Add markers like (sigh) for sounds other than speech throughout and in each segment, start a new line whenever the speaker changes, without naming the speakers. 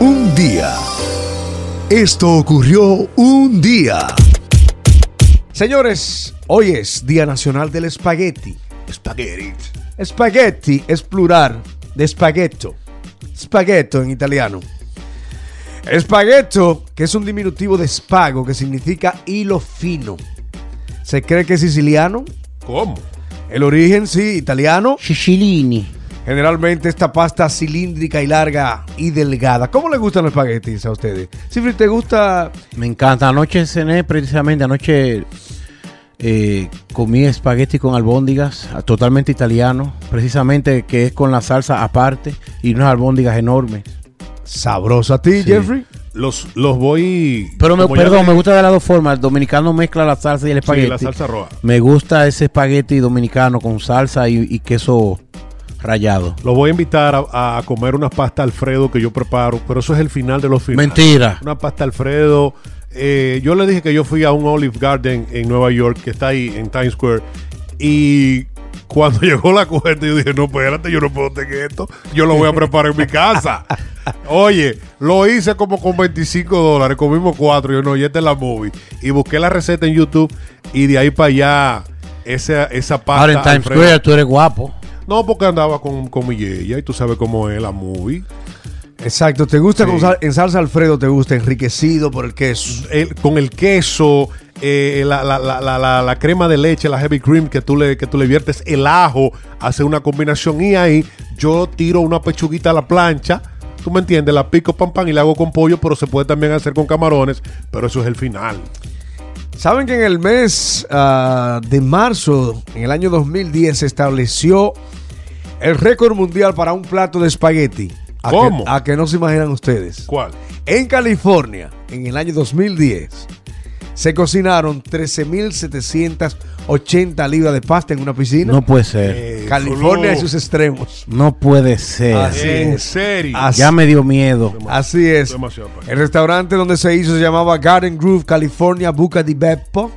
Un día. Esto ocurrió un día. Señores, hoy es Día Nacional del Espagueti.
Spaghetti.
Espagueti es plural de spaghetto. Spaghetto en italiano. Spaghetto, que es un diminutivo de spago, que significa hilo fino. Se cree que es siciliano.
¿Cómo?
El origen, sí, italiano.
Sicilini.
Generalmente esta pasta cilíndrica y larga y delgada. ¿Cómo les gustan los espaguetis a ustedes? Si te gusta
Me encanta. Anoche cené precisamente, anoche eh, comí espagueti con albóndigas, ah, totalmente italiano, precisamente que es con la salsa aparte y unas albóndigas enormes.
sabroso a ti,
Sí.
Jeffrey.
Los, los voy.
Pero me,
como ya
perdón,
le-
me gusta de las dos formas. El dominicano mezcla la salsa y el
Sí,
espagueti.
la salsa roja.
Me gusta ese espagueti dominicano con salsa y, y queso rallado.
Los voy a invitar a, a comer una pasta Alfredo que yo preparo, pero eso es el final de los finales.
Mentira.
Una pasta Alfredo. Eh, yo le dije que yo fui a un Olive Garden en Nueva York, que está ahí en Times Square, y cuando (laughs) llegó la cuenta yo dije, no, pues, espérate, yo no puedo tener esto, yo lo voy a preparar en mi
(laughs)
casa. Oye, lo hice como con 25 dólares, comimos cuatro, yo no, y esta es la movie. Y busqué la receta en YouTube y de ahí para allá, esa, esa pasta
Ahora en Times
Alfredo.
Square tú eres guapo.
No, porque andaba con, con mi yella y tú sabes cómo es la movie.
Exacto, te gusta
Sí.
con sal- en salsa Alfredo, te gusta enriquecido por el queso.
El- con el queso, eh, la, la- la- la- la- la crema de leche, la heavy cream que tú, le, que tú le viertes, el ajo, hace una combinación y ahí yo tiro una pechuguita a la plancha. ¿Tú me entiendes? La pico pan pan y la hago con pollo, pero se puede también hacer con camarones, pero eso es el final.
Saben que en el mes ah, de marzo, en el año 2010, se estableció el récord mundial para un plato de espagueti. A
¿Cómo?
Que, a que no se imaginan ustedes.
¿Cuál?
En California, en el año 2010, se cocinaron 13.780 libras de pasta en una piscina. Eh,
No Eh, puede ser.
California y sus extremos.
No puede ser.
Así
En
es.
serio.
Así-
ya me dio miedo.
Así es.
Demasiado país.
El restaurante donde se hizo se llamaba Garden Groove California Buca di Beppo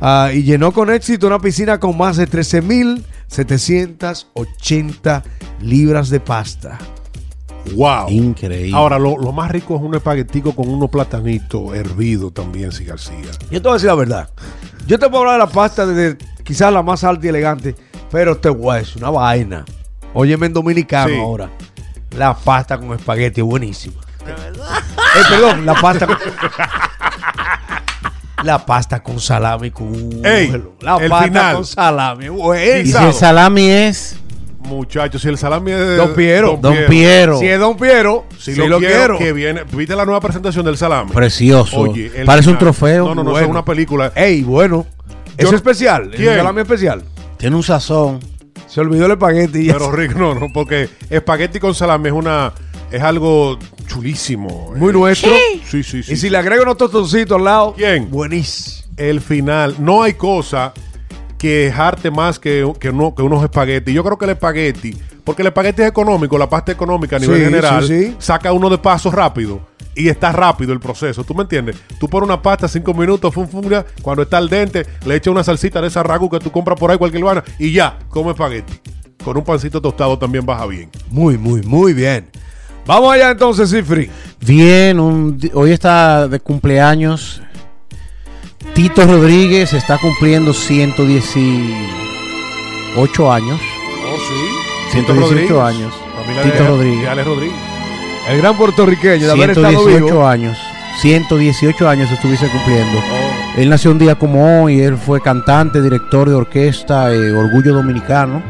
ah, y llenó con éxito una piscina con más de 13.780 libras de pasta.
Wow.
Increíble.
Ahora, lo, lo más rico es un espaguetico con unos platanitos hervidos también, si García.
Yo te voy a decir la verdad. Yo te puedo hablar de la pasta desde quizás la más alta y elegante, pero este hueso, una vaina. Óyeme en dominicano
Sí.
ahora. La pasta con espagueti, buenísima. Eh, perdón, la pasta con... La pasta con salami, con
Ey,
La
el
pasta
final.
con salami,
y si
buena.
el salami es
Muchachos, si el salami es de
Don Piero.
Don Piero,
Si es Don Piero,
Si, lo, quiero, que viene. ¿Viste la nueva presentación del salami?
precioso.
Oye, el
Parece un
salami-
trofeo.
No, no, no,
Bueno.
eso es una película.
Ey, bueno.
Yo-
Eso es especial.
¿Quién?
El salami especial.
Tiene un sazón.
Se olvidó el espagueti. y ya
Pero rico, no, no, porque espagueti con salami es una. Es algo chulísimo. eh.
Muy nuestro.
Sí, sí, sí.
Y si le agrego unos tostoncitos al lado.
¿Quién?
Buenísimo.
El final. No hay cosa que jarte más que, que, no, que unos espaguetis. Yo creo que el espagueti. Porque el espagueti es económico, la pasta económica a nivel
Sí,
general.
sí, sí.
Saca uno de pasos rápido. Y está rápido el proceso, ¿tú me entiendes? Tú pones una pasta cinco minutos, fun, fun, ya, cuando está al dente, le echas una salsita de esa ragu que tú compras por ahí, cualquier vaina, y ya, come espagueti. Con un pancito tostado también baja bien.
Muy, muy, muy bien. Vamos allá entonces, Cifri.
Bien, un di- hoy está de cumpleaños. Tito Rodríguez está cumpliendo 118 años.
Oh, sí.
118 años. Tito Rodríguez.
Alex Rodríguez.
El gran puertorriqueño de haber estado
118
vivo.
años. 118 años estuviese cumpliendo.
Oh,
Él nació un día como hoy, él fue cantante, director de orquesta, eh, Orgullo Dominicano.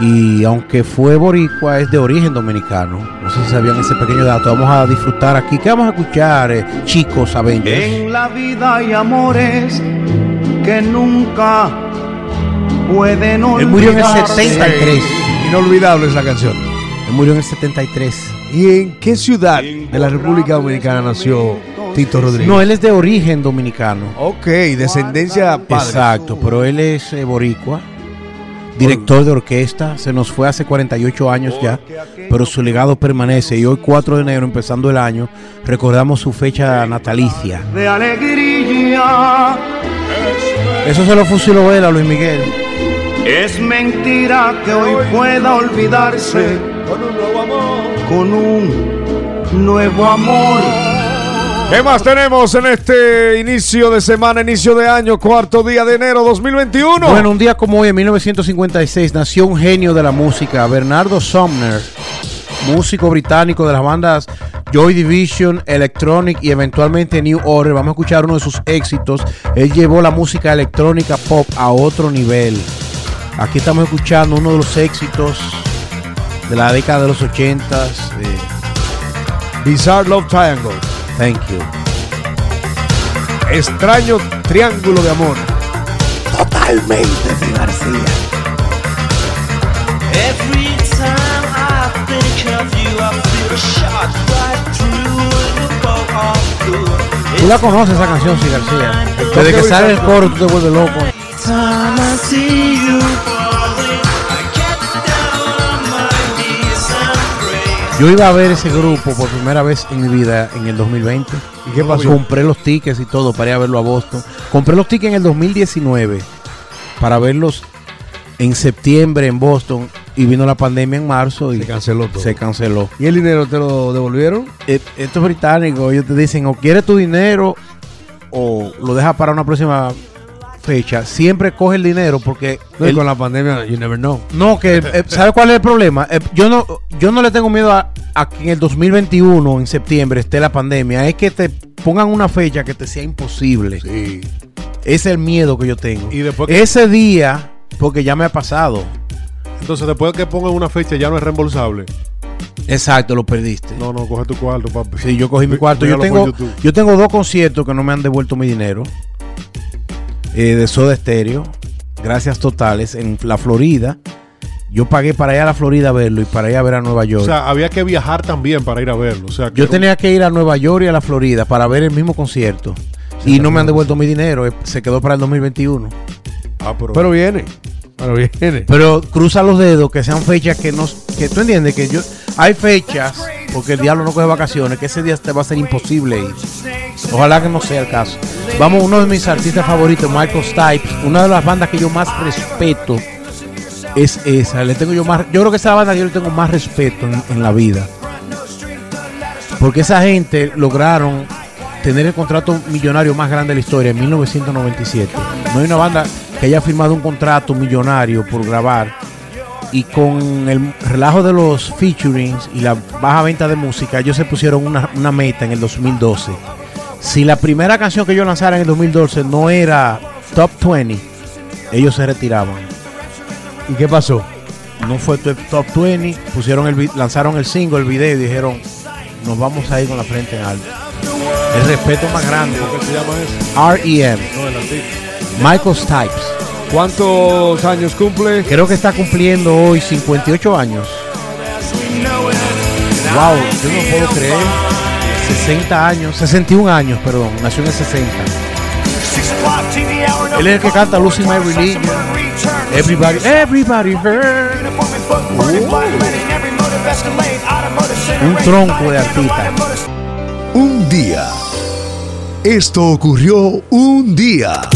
Y aunque fue boricua, es de origen dominicano. No sé si sabían ese pequeño dato. Vamos a disfrutar aquí. ¿Qué vamos a escuchar, eh, chicos Avengers?
En la vida hay amores que nunca pueden olvidarse.
Él murió en el 73.
Inolvidable es la canción.
Él murió en el 73.
¿Y en qué ciudad de la República Dominicana nació Tito Rodríguez?
No, él es de origen dominicano.
Ok, descendencia padre.
Exacto, pero él es eh, boricua, director de orquesta. Se nos fue hace 48 años ya, pero su legado permanece. Y hoy, 4 de enero, empezando el año, recordamos su fecha natalicia.
De alegría
Eso se lo fusiló él a Luis Miguel.
es mentira que hoy pueda olvidarse con un nuevo amor.
¿Qué más tenemos en este inicio de semana, inicio de año, cuarto día de enero 2021?
Bueno, un día como hoy, en 1956, nació un genio de la música, Bernardo Sumner, músico británico de las bandas Joy Division, Electronic y eventualmente New Order. Vamos a escuchar uno de sus éxitos. Él llevó la música electrónica pop a otro nivel. Aquí estamos escuchando uno de los éxitos de la década de los 80.
Bizarre Love Triangle.
Thank you.
Extraño triángulo de amor.
Totalmente de García.
Every time I think of you, I feel shot right through in a bolt of blue.
Tú la conoces esa canción, sí, García. Desde que sale el coro, tú te vuelves loco.
Time I see you falling, I get down on my knees and pray.
Yo iba a ver ese grupo por primera vez en mi vida en el 2020.
¿Y qué pasó?
Compré los tickets y todo para ir a verlo a Boston. Compré los tickets en el 2019 para verlos en septiembre en Boston y vino la pandemia en marzo y
Se canceló todo.
se canceló.
¿Y el dinero te lo devolvieron?
Eh, Estos británicos, ellos te dicen o quieres tu dinero o lo dejas para una próxima fecha. Siempre coge el dinero porque
No, y
el-
con la pandemia, you never know.
No, que
Este.
eh, ¿sabe cuál es el problema? Eh, yo no yo no le tengo miedo a, a que en el 2021 en septiembre esté la pandemia, es que te pongan una fecha que te sea imposible.
Sí.
Ese es el miedo que yo tengo.
Y después que-
ese día porque ya me ha pasado.
Entonces, después que pongan una fecha, ya no es reembolsable.
Exacto, lo perdiste.
No, no, coge tu cuarto, papi.
Sí, yo cogí mi
Mí-
cuarto. Yo
míralo por
tengo,
YouTube.
yo tengo dos conciertos que no me han devuelto mi dinero. eh, de Soda Stereo. Gracias totales. En la Florida. Yo pagué para ir a la Florida a verlo y para ir a ver a Nueva York.
O sea, había que viajar también para ir a verlo. O sea, que-
Yo tenía que ir a Nueva York y a la Florida para ver el mismo concierto. y no me han devuelto mi dinero. eh, Se quedó para el 2021.
Ah, pero,
Pero viene. Pero viene.
Pero cruza los dedos que sean fechas que no. Que tú entiendes que yo. Hay fechas, porque el diablo no coge vacaciones, que ese día te va a ser imposible ir. Ojalá que no sea el caso. Vamos, uno de mis artistas favoritos, Michael Stipe, una de las bandas que yo más respeto es esa. Le tengo yo más. Yo creo que esa banda yo le tengo más respeto en, en la vida. Porque esa gente lograron tener el contrato millonario más grande de la historia en 1997. No hay una banda que haya firmado un contrato millonario por grabar y con el relajo de los featurings y la baja venta de música, ellos se pusieron una, una meta en el 2012. Si la primera canción que yo lanzara en el 2012 no era top 20, ellos se retiraban.
¿Y qué pasó?
No fue tu- top 20, pusieron el, vi- lanzaron el single, el video y dijeron, nos vamos a ir con la frente en alto. El respeto más grande.
¿Cómo que se llama eso?
R.E.M.
No, el artista.
Michael Stipes.
¿Cuántos años cumple?
Creo que está cumpliendo hoy 58 años. Wow, yo no puedo creer. 60 años, 61 años, perdón, nació en el 60. Él es el que canta Losing My Religion. Everybody, everybody hurt. Un tronco de artista.
Un día. Esto ocurrió un día.